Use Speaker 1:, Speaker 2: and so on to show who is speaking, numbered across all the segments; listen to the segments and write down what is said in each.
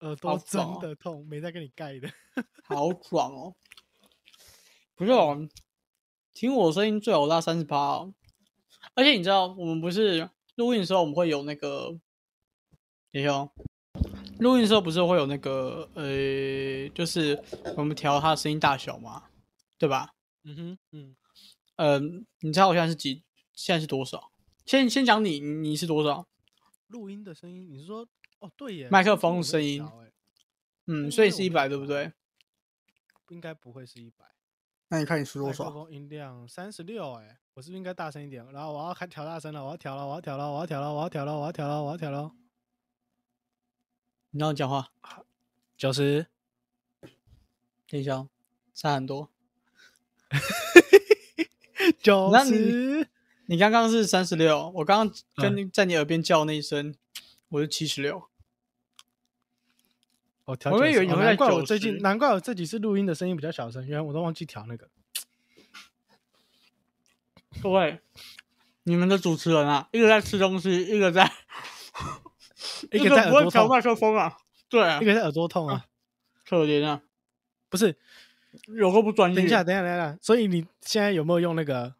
Speaker 1: 耳朵
Speaker 2: 好
Speaker 1: 真
Speaker 2: 爽哦
Speaker 1: 的痛，没在跟你盖 的。
Speaker 2: 好爽哦！不是哦，听我声音最好拉三十趴哦。而且你知道，我们不是录音的时候，我们会有那个，也有录音的时候不是会有那个呃，就是我们调它的声音大小嘛，对吧？
Speaker 1: 嗯哼，嗯，
Speaker 2: 嗯、你知道我现在是几？现在是多少？先先讲你，你你是多少？
Speaker 1: 录音的声音，你是说哦对耶，
Speaker 2: 麦
Speaker 1: 这
Speaker 2: 克
Speaker 1: 个
Speaker 2: 风
Speaker 1: 我没
Speaker 2: 声
Speaker 1: 有
Speaker 2: 音
Speaker 1: 调欸
Speaker 2: 嗯，
Speaker 1: 嗯
Speaker 2: 所以
Speaker 1: 那
Speaker 2: 是
Speaker 1: 我
Speaker 2: 一
Speaker 1: 没有
Speaker 2: 百，对不对？
Speaker 1: 应该不会是一百。
Speaker 2: 那你看你是
Speaker 1: 麦克？风音量三十六，哎，我是不是应该大声一点？然后我要开调大声了，我要调了，我要调了，我要调了，我要调了，我要调了，我要调了，
Speaker 2: 你让我讲话，
Speaker 1: 九十。
Speaker 2: 等一下哦，差很多。
Speaker 1: 九
Speaker 2: 那你
Speaker 1: 十，
Speaker 2: 你刚刚是三十六，我刚刚跟
Speaker 1: 嗯
Speaker 2: 你在你耳边叫那一声，我是七十六。
Speaker 1: 我调
Speaker 2: 我
Speaker 1: 90。
Speaker 2: 以为你
Speaker 1: 哦
Speaker 2: 会在
Speaker 1: 难怪我最近，
Speaker 2: 90
Speaker 1: 难怪我这几次录音的声音比较小声，原来我都忘记调那 个。
Speaker 2: 各位，你们的主持人啊，一个在吃东西，一个在
Speaker 1: 一个在
Speaker 2: 不
Speaker 1: 耳朵
Speaker 2: 会调
Speaker 1: 痛，
Speaker 2: 麦克风啊，对啊
Speaker 1: 一，个在耳朵痛啊！
Speaker 2: 可怜啊，
Speaker 1: 不是，
Speaker 2: 有个不专业。
Speaker 1: 等一下，，等一下，等一下。所以你现在有没有用那个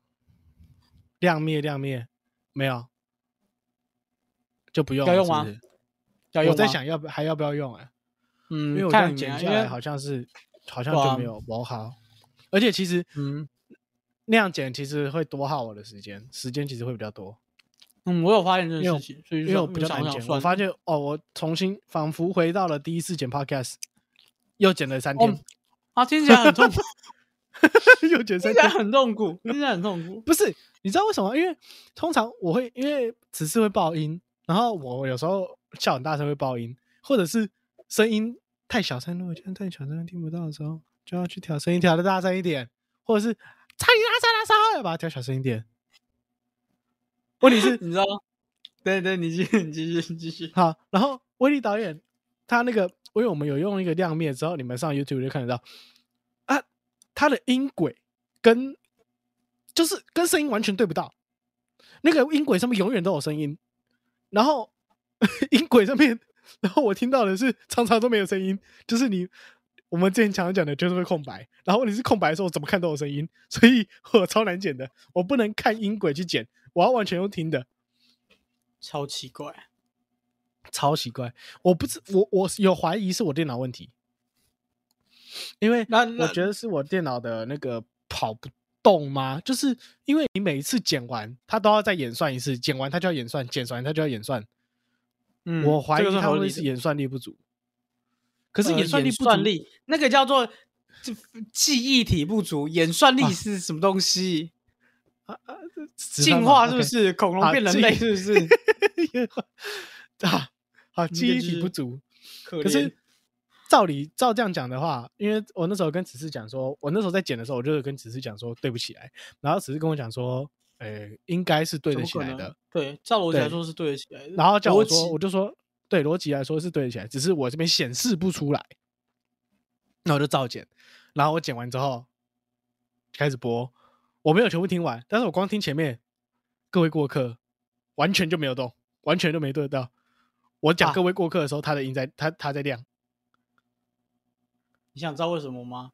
Speaker 1: 亮灭？亮灭没有，就不用了
Speaker 2: 要用吗
Speaker 1: 是不是
Speaker 2: 要用
Speaker 1: 我在
Speaker 2: 吗，
Speaker 1: 想要不还要不要用哎、
Speaker 2: 嗯，
Speaker 1: 因为我这
Speaker 2: 看
Speaker 1: 样
Speaker 2: 你啊
Speaker 1: 剪
Speaker 2: 因
Speaker 1: 下
Speaker 2: 为
Speaker 1: 来好像是好像
Speaker 2: 对啊
Speaker 1: 就没有磨好，而且其实
Speaker 2: 嗯
Speaker 1: 那样剪其实会多耗我的时间，时间其实会比较多，
Speaker 2: 嗯，我有发现这
Speaker 1: 因为
Speaker 2: 件
Speaker 1: 我
Speaker 2: 事情，所以
Speaker 1: 因为我比较难
Speaker 2: 想想
Speaker 1: 剪。
Speaker 2: 算
Speaker 1: 我
Speaker 2: 了
Speaker 1: 发现哦，我重新仿佛回到了第一次剪 podcast，又剪了三
Speaker 2: 哦
Speaker 1: 天，
Speaker 2: 啊，听起来很痛苦，
Speaker 1: 又剪
Speaker 2: 听
Speaker 1: 三
Speaker 2: 起来
Speaker 1: 天。
Speaker 2: 很痛苦，听起来很痛苦。
Speaker 1: 不是，你知道为什么？因为通常我会因为此事会爆音，然后我有时候笑很大声会爆音，或者是声音太小声，如果觉得太小声听不到的时候，就要去调声音，调的大声一点，或者是差你拉沙拉沙，要把它调小声一点。问题是
Speaker 2: 你知道吗？ 对对，你继续，你继续，你继续。
Speaker 1: 好，然后威力导演他那个，因为我们有用一个亮灭之后，你们上 YouTube 就看得到啊，他的音轨跟就是跟声音完全对不到，那个音轨上面永远都有声音，然后 音轨上面，然后我听到的是常常都没有声音，就是你。我们之前常常讲的就是会空白，然后问题是空白的时候我怎么看都有声音，所以 我超难剪的，我不能看音轨去剪，我要完全用听的。
Speaker 2: 超奇怪，
Speaker 1: 超奇怪，我不知我我有怀疑是我电脑问题，因为
Speaker 2: 那
Speaker 1: 我
Speaker 2: 那
Speaker 1: 觉得是我电脑的那个跑不动吗？就是因为你每一次剪完，它都要再演算一次，剪完它就要演算，剪完它就要演算。
Speaker 2: 嗯
Speaker 1: 我怀疑
Speaker 2: 这个是
Speaker 1: 它
Speaker 2: 合
Speaker 1: 会
Speaker 2: 理
Speaker 1: 是
Speaker 2: 的。
Speaker 1: 演算力不足，可是
Speaker 2: 呃
Speaker 1: 演算力不足，
Speaker 2: 算力那个叫做这记忆体不足，演算力
Speaker 1: 啊
Speaker 2: 是什么东西？
Speaker 1: 只是它
Speaker 2: 进
Speaker 1: 嘛
Speaker 2: 化是不
Speaker 1: OK
Speaker 2: 是？恐龙
Speaker 1: 啊
Speaker 2: 变人
Speaker 1: 记忆
Speaker 2: 类是 不是？
Speaker 1: 啊，好，
Speaker 2: 就
Speaker 1: 记忆体
Speaker 2: 是
Speaker 1: 不足。
Speaker 2: 可
Speaker 1: 可
Speaker 2: 怜
Speaker 1: 是，照理照这样讲的话，因为我那时候跟子思讲说，我那时候在剪的时候，我就有跟子思讲说对不起来，然后子思跟我讲说，呃，应该是对得
Speaker 2: 怎么
Speaker 1: 起
Speaker 2: 可
Speaker 1: 来
Speaker 2: 能
Speaker 1: 的，？
Speaker 2: 对，照逻辑来
Speaker 1: 对
Speaker 2: 说是对得起来的。
Speaker 1: 然后叫我
Speaker 2: 逻
Speaker 1: 说，
Speaker 2: 辑
Speaker 1: 我就说对逻辑来说是对得起来，只是我这边显示不出来，那我就照剪，然后我剪完之后开始播，我没有全部听完，但是我光听前面，各位过客完全就没有动，完全就没对到。我讲
Speaker 2: 啊
Speaker 1: 各位过客的时候，他的音在，他他在亮。
Speaker 2: 你想知道为什么吗？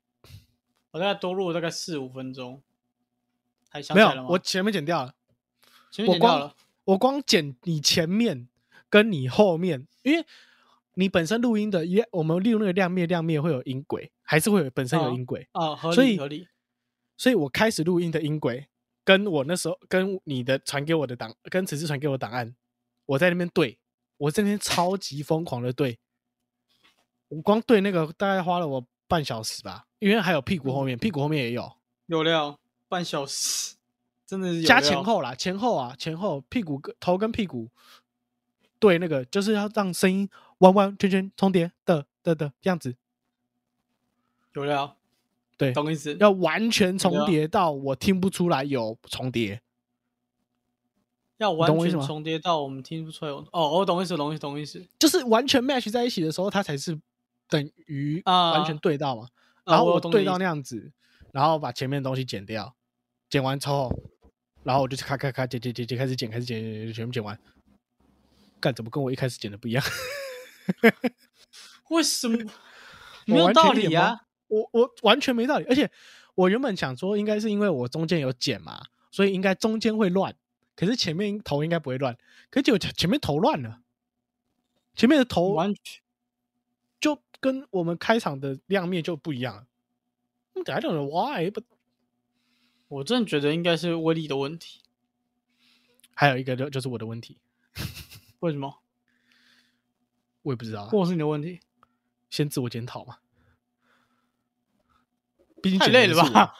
Speaker 2: 我大概多录了大概四五分钟，还想
Speaker 1: 没
Speaker 2: 起来了
Speaker 1: 有
Speaker 2: 吗，？
Speaker 1: 我前面剪掉了，
Speaker 2: 前
Speaker 1: 我
Speaker 2: 面剪掉
Speaker 1: 光
Speaker 2: 了，
Speaker 1: 我光剪你前面跟你后面，因为你本身录音的也，我们利用那个亮灭，亮灭会有音轨，还是会有本身有
Speaker 2: 哦
Speaker 1: 音轨，
Speaker 2: 啊，合
Speaker 1: 所
Speaker 2: 理
Speaker 1: 以
Speaker 2: 合理。
Speaker 1: 所以我开始录音的音轨跟我那时候跟你的传给我的档，跟此次传给我的档案，我在那边对，我这边超级疯狂的对，我光对那个大概花了我半小时吧，因为还有屁股后面，屁股后面也有，
Speaker 2: 有料，半小时，真的是有
Speaker 1: 加
Speaker 2: 料
Speaker 1: 前后啦，前后啊，前后屁股跟头跟屁股对那个，就是要让声音弯弯圈圈重叠的的的样子，
Speaker 2: 有料，
Speaker 1: 对
Speaker 2: 懂意思？
Speaker 1: 要完全重
Speaker 2: 了
Speaker 1: 叠到我听不出来有重叠。
Speaker 2: 要完
Speaker 1: 懂我意思
Speaker 2: 全
Speaker 1: 吗
Speaker 2: 重叠到我们听不出来有。哦，我懂意思，懂意思，懂意思。
Speaker 1: 就是完全 match 在一起的时候，它才是等于
Speaker 2: 啊
Speaker 1: 完全对到嘛。
Speaker 2: 啊
Speaker 1: 然后
Speaker 2: 我
Speaker 1: 我
Speaker 2: 懂你
Speaker 1: 对
Speaker 2: 意
Speaker 1: 到
Speaker 2: 思
Speaker 1: 那样子，然后把前面的东西剪掉，剪完之后，然后我就咔咔咔剪剪剪剪，开始剪，开始剪，剪剪全部剪完。干怎么跟我一开始剪的不一样？
Speaker 2: 为什么？
Speaker 1: 我
Speaker 2: 没有
Speaker 1: 完
Speaker 2: 道
Speaker 1: 全
Speaker 2: 理
Speaker 1: 脸
Speaker 2: 啊
Speaker 1: 盲！我我完全没道理，而且我原本想说，应该是因为我中间有剪嘛，所以应该中间会乱，可是前面头应该不会乱，可是结果前前面头乱了，前面的头
Speaker 2: 完全
Speaker 1: 就跟我们开场的亮面就不一样了。I 嗯 don't know why，but
Speaker 2: 我真的觉得应该是威力的问题。
Speaker 1: 还有一个就就是我的问题，
Speaker 2: 为什么？
Speaker 1: 我也不知道啊，
Speaker 2: 或是你的问题？
Speaker 1: 先自我检讨嘛。毕竟
Speaker 2: 太
Speaker 1: 剪的
Speaker 2: 累
Speaker 1: 人
Speaker 2: 了
Speaker 1: 是我
Speaker 2: 吧
Speaker 1: 啊？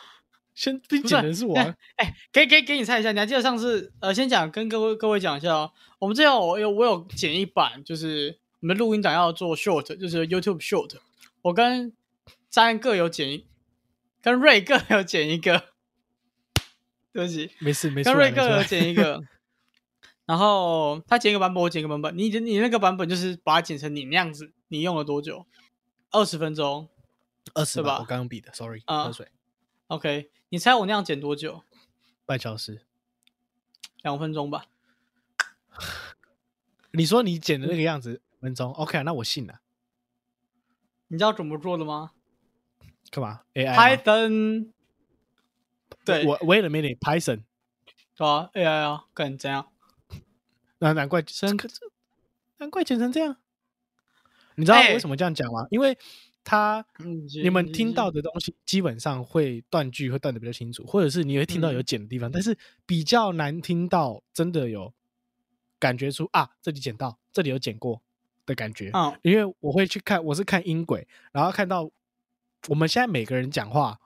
Speaker 1: 先毕竟
Speaker 2: 不
Speaker 1: 剪
Speaker 2: 是
Speaker 1: 的人是我
Speaker 2: 那
Speaker 1: 啊，
Speaker 2: 哎，给给给你猜一下，你还记得上次呃，先讲跟各位各位讲一下哦，我们之前我有我有剪一版，就是我们录音档要做 short，就是 YouTube short，我跟詹各有剪一，跟瑞各有剪一个，对不起，
Speaker 1: 没事没事，啊
Speaker 2: 跟瑞
Speaker 1: 没
Speaker 2: 各
Speaker 1: 事
Speaker 2: 有。剪一个，然后他剪一个版本，我剪一个版本，你的你那个版本就是把它剪成你那样子，你用了多久？二十分钟
Speaker 1: 二十
Speaker 2: 对吧
Speaker 1: 我刚刚比的，sorry，
Speaker 2: 啊
Speaker 1: 喝水，
Speaker 2: ，OK，你猜我那样剪多久？
Speaker 1: 半小时。
Speaker 2: 两分钟吧。
Speaker 1: 你说你剪的那个样子，五分钟，OK，那我啊信了。
Speaker 2: 你知道怎么做的吗？
Speaker 1: 干嘛？AI？吗
Speaker 2: Python，对，
Speaker 1: 我 Wait a minute，Python。
Speaker 2: 对啊，AI 啊，干怎样？
Speaker 1: 那难怪这
Speaker 2: 深
Speaker 1: 个这难怪剪成这样。你知道
Speaker 2: 哎
Speaker 1: 为什么这样讲吗？因为它
Speaker 2: 嗯
Speaker 1: 你们听到的东西基本上会断句会断的比较清楚，或者是你会听到有
Speaker 2: 嗯
Speaker 1: 剪的地方，但是比较难听到真的有感觉出啊，这里剪到，这里有剪过的感觉。
Speaker 2: 嗯
Speaker 1: 因为我会去看，我是看音轨，然后看到我们现在每个人讲话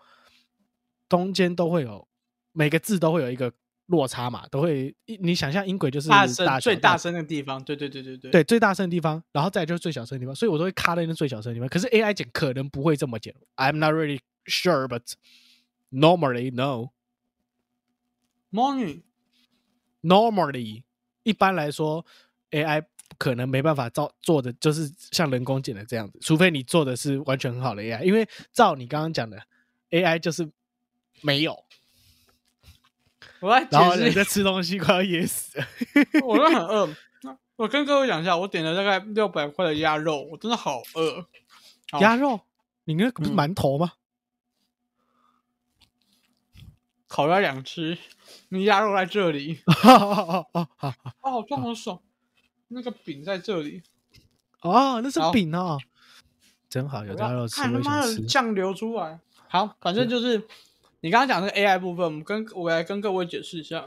Speaker 1: 中间都会有每个字都会有一个落差嘛，都会一你想象音轨就是
Speaker 2: 大声
Speaker 1: 小
Speaker 2: 最大
Speaker 1: 那
Speaker 2: 声的地方，对对对对对，
Speaker 1: 对最大声的地方，然后再来就是最小声的地方，所以我都会卡在那最小声的地方。可是 AI 剪可能不会这么剪，I'm not really sure, but normally no,
Speaker 2: ，Morning，
Speaker 1: normally 一般来说 AI 可能没办法照做的，就是像人工剪的这样子，除非你做的是完全很好的 AI，因为照你刚刚讲的 AI 就是没有，
Speaker 2: 我来
Speaker 1: 然后
Speaker 2: 解
Speaker 1: 人
Speaker 2: 释，
Speaker 1: 在吃东西快要噎死了。
Speaker 2: 我都很饿。我跟各位讲一下，我点了大概六百块的鸭肉，我真的好饿。好
Speaker 1: 鸭肉，你那个不是
Speaker 2: 嗯
Speaker 1: 馒头吗？
Speaker 2: 烤鸭两吃，你鸭肉在这里，
Speaker 1: 哦哦哦哦
Speaker 2: 哦，这好爽。那个饼在这里，
Speaker 1: 哦，那是
Speaker 2: 好
Speaker 1: 饼哦，真好，有
Speaker 2: 我
Speaker 1: 鸭肉
Speaker 2: 要
Speaker 1: 吃，
Speaker 2: 看
Speaker 1: 我
Speaker 2: 他
Speaker 1: 也
Speaker 2: 妈
Speaker 1: 想
Speaker 2: 的
Speaker 1: 吃。
Speaker 2: 酱流出来。好，反正就是你刚刚讲那个 AI 部分，我们跟我来跟各位解释一下。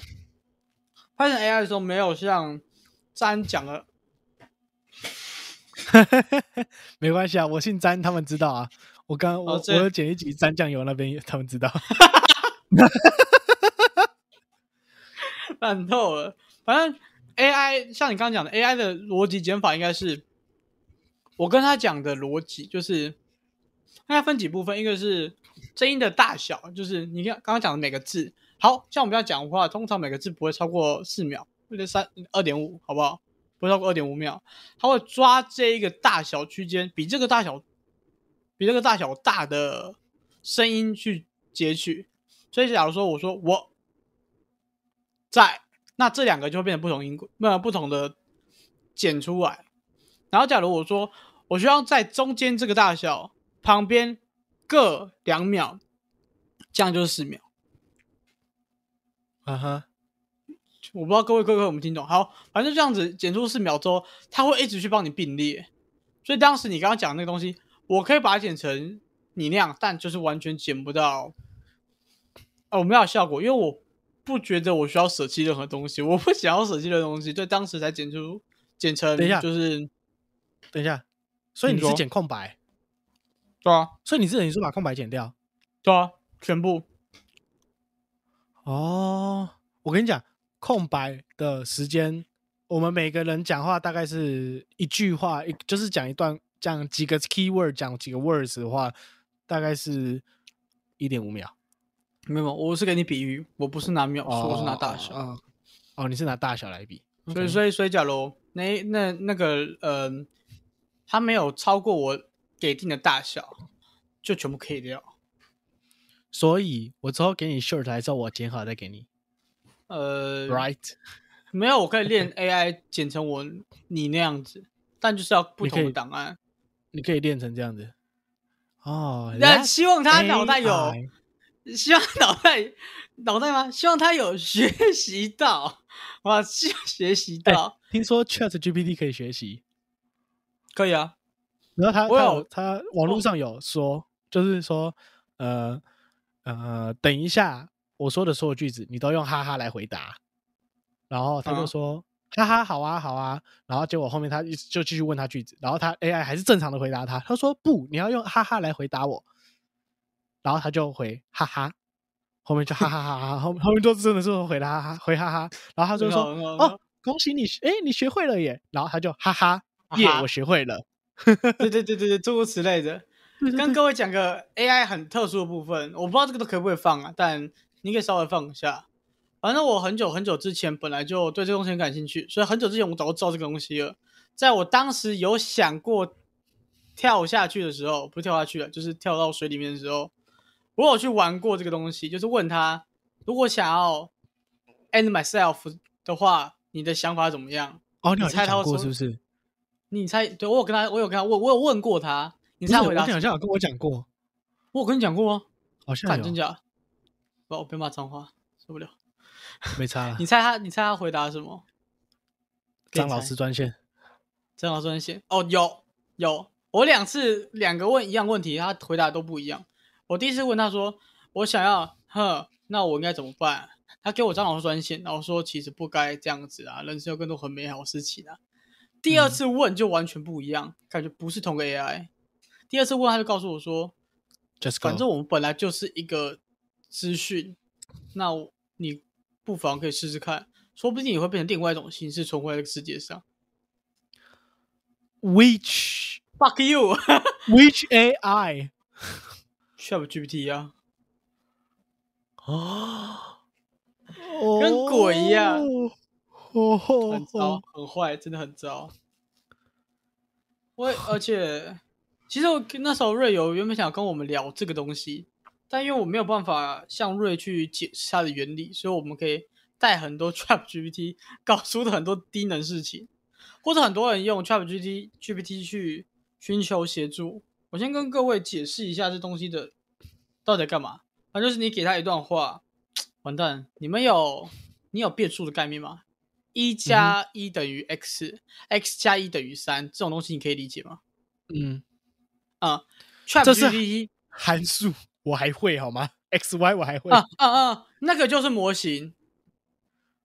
Speaker 2: 发现 AI 的时候没有像詹讲的，
Speaker 1: 没关系啊，我姓詹，他们知道啊。我刚我、
Speaker 2: 哦
Speaker 1: 我
Speaker 2: 这
Speaker 1: 有剪一集沾酱油那边，他们知道。
Speaker 2: 烂透了。反正 AI 像你刚刚讲的 AI 的逻辑减法应该是，我跟他讲的逻辑就是，它分几部分，一个是声音的大小，就是你刚刚刚讲的每个字。好像我们要讲话，通常每个字不会超过四秒，或者三二点五，好不好？不会超过二点五秒，它会抓这一个大小区间，比这个大小，比这个大小大的声音去截取。所以，假如说我说我在，那这两个就会变成不同音轨，那不同的剪出来。然后，假如我说我需要在中间这个大小旁边各两秒，这样就是四秒。
Speaker 1: 啊哈，
Speaker 2: 我不知道各位各位有没有听懂。好，反正这样子减出四秒之后，它会一直去帮你并列。所以当时你刚刚讲的那个东西，我可以把它剪成你那样，但就是完全剪不到，呃，我们要有效果，因为我不觉得我需要舍弃任何东西，我不想要舍弃任何东西，所以当时才剪出剪成
Speaker 1: 等一下
Speaker 2: 就是
Speaker 1: 等一下，所以你
Speaker 2: 你
Speaker 1: 是
Speaker 2: 说
Speaker 1: 剪空白，
Speaker 2: 对啊
Speaker 1: 所以你是等于说把空白剪掉。
Speaker 2: 对啊，全部
Speaker 1: 哦，我跟你讲，空白的时间，我们每个人讲话大概是一句话，一就是讲一段，讲几个 keyword，讲几个 words 的话，大概是一点五秒。
Speaker 2: 没有，我是给你比喻，我不是拿秒数，我是拿大小。
Speaker 1: 哦，哦哦你是拿大小来比，
Speaker 2: 所以，
Speaker 1: 以
Speaker 2: 所以，所以，假如那那那个，嗯、它没有超过我给定的大小，就全部 K 掉。
Speaker 1: 所以我之后给你 shirt 还是我剪好再给你
Speaker 2: 呃
Speaker 1: ，right？
Speaker 2: 没有，我可以练 AI 剪成我你那样子，但就是要不
Speaker 1: 你可
Speaker 2: 同 的
Speaker 1: 以
Speaker 2: 档案。
Speaker 1: 你可以练成这样子。哦，
Speaker 2: 那
Speaker 1: that's
Speaker 2: 希望他脑袋有
Speaker 1: AI，
Speaker 2: 希望脑袋 脑袋吗？希望他有学习到，哇，希望学习到、
Speaker 1: 听说 Chat GPT 可以学习，哎
Speaker 2: 可以啊，
Speaker 1: 然后他
Speaker 2: 我
Speaker 1: 他
Speaker 2: 有哦
Speaker 1: 有他网络上有说，就是说，呃呃，等一下我说的所有句子，你都用哈哈来回答，然后他就
Speaker 2: 嗯
Speaker 1: 说、哈哈好啊好啊，然后结果后面他一直就继续问他句子，然后他 AI 还是正常的回答他，他说不，你要用哈哈来回答我，然后他就回哈哈。后面就哈哈哈哈，后后面就真的是回答哈哈，回哈哈，然后他就
Speaker 2: 很
Speaker 1: 说
Speaker 2: 好很好很好
Speaker 1: 哦，恭喜你，哎，你学会了耶，然后他就哈哈，耶
Speaker 2: 哈，哈
Speaker 1: 我学会了，
Speaker 2: 对对对对对，诸如此类的。跟各位讲个 AI 很特殊的部分，我不知道这个都可不可以放啊，但你可以稍微放一下。反正我很久很久之前本来就对这东西很感兴趣，所以很久之前我早就知道这个东西了。在我当时有想过跳下去的时候，不是跳下去了，就是跳到水里面的时候，我有去玩过这个东西，就是问他，如果想要 end myself 的话，你的想法怎么样？
Speaker 1: 哦，你
Speaker 2: 你
Speaker 1: 有
Speaker 2: 猜他
Speaker 1: 讲
Speaker 2: 会
Speaker 1: 过
Speaker 2: 说
Speaker 1: 是不是？
Speaker 2: 你猜，对我有跟他，我有跟他问，我有问过他，你
Speaker 1: 你
Speaker 2: 猜
Speaker 1: 猜
Speaker 2: 他回答
Speaker 1: 我
Speaker 2: 什么
Speaker 1: 好像有跟我讲过，
Speaker 2: 我有跟你讲过吗？
Speaker 1: 好
Speaker 2: 看
Speaker 1: 像
Speaker 2: 真
Speaker 1: 有，
Speaker 2: 假？哇，我被骂脏话，受不了。
Speaker 1: 没差 了
Speaker 2: 你。猜他，你猜他回答什么？可以
Speaker 1: 张老
Speaker 2: 猜
Speaker 1: 师，专线，
Speaker 2: 张老师很险哦，有有，我两次两个问一样问题，他回答都不一样。我第一次问他说，我想要，哼，那我应该怎么办？他给我张老师专线，然后说其实不该这样子啊，人生有更多很美好的事情啊。第二次问就完全不一样，感觉不是同个 AI。第二次问他就告诉我说，
Speaker 1: just go。
Speaker 2: 反正我们本来就是一个资讯，那我你不妨可以试试看，说不定你会变成另外一种形式存活在这个世界上。
Speaker 1: which
Speaker 2: Fuck you
Speaker 1: which AI
Speaker 2: ，Chat GPT 啊，
Speaker 1: 哦，
Speaker 2: 跟鬼一样
Speaker 1: 哦哦吼
Speaker 2: 很糟，很坏，真的很糟。我也而且，其实我那时候瑞友原本想跟我们聊这个东西，但因为我没有办法向瑞去解释它的原理，所以我们可以带很多 Chat GPT 搞出的很多低能事情，或者很多人用 Chat GPT GPT 去寻求协助。我先跟各位解释一下这东西的到底在干嘛。反正就是你给他一段话，完蛋，你们有你有变数的概念吗？一
Speaker 1: 嗯
Speaker 2: 加一等于 x，x 加一等于三，这种东西你可以理解吗？
Speaker 1: 嗯，
Speaker 2: 啊、c h a
Speaker 1: 这
Speaker 2: t
Speaker 1: 是
Speaker 2: GPT
Speaker 1: 函数我还会好吗？X Y 我还会
Speaker 2: 啊啊啊，那个就是模型。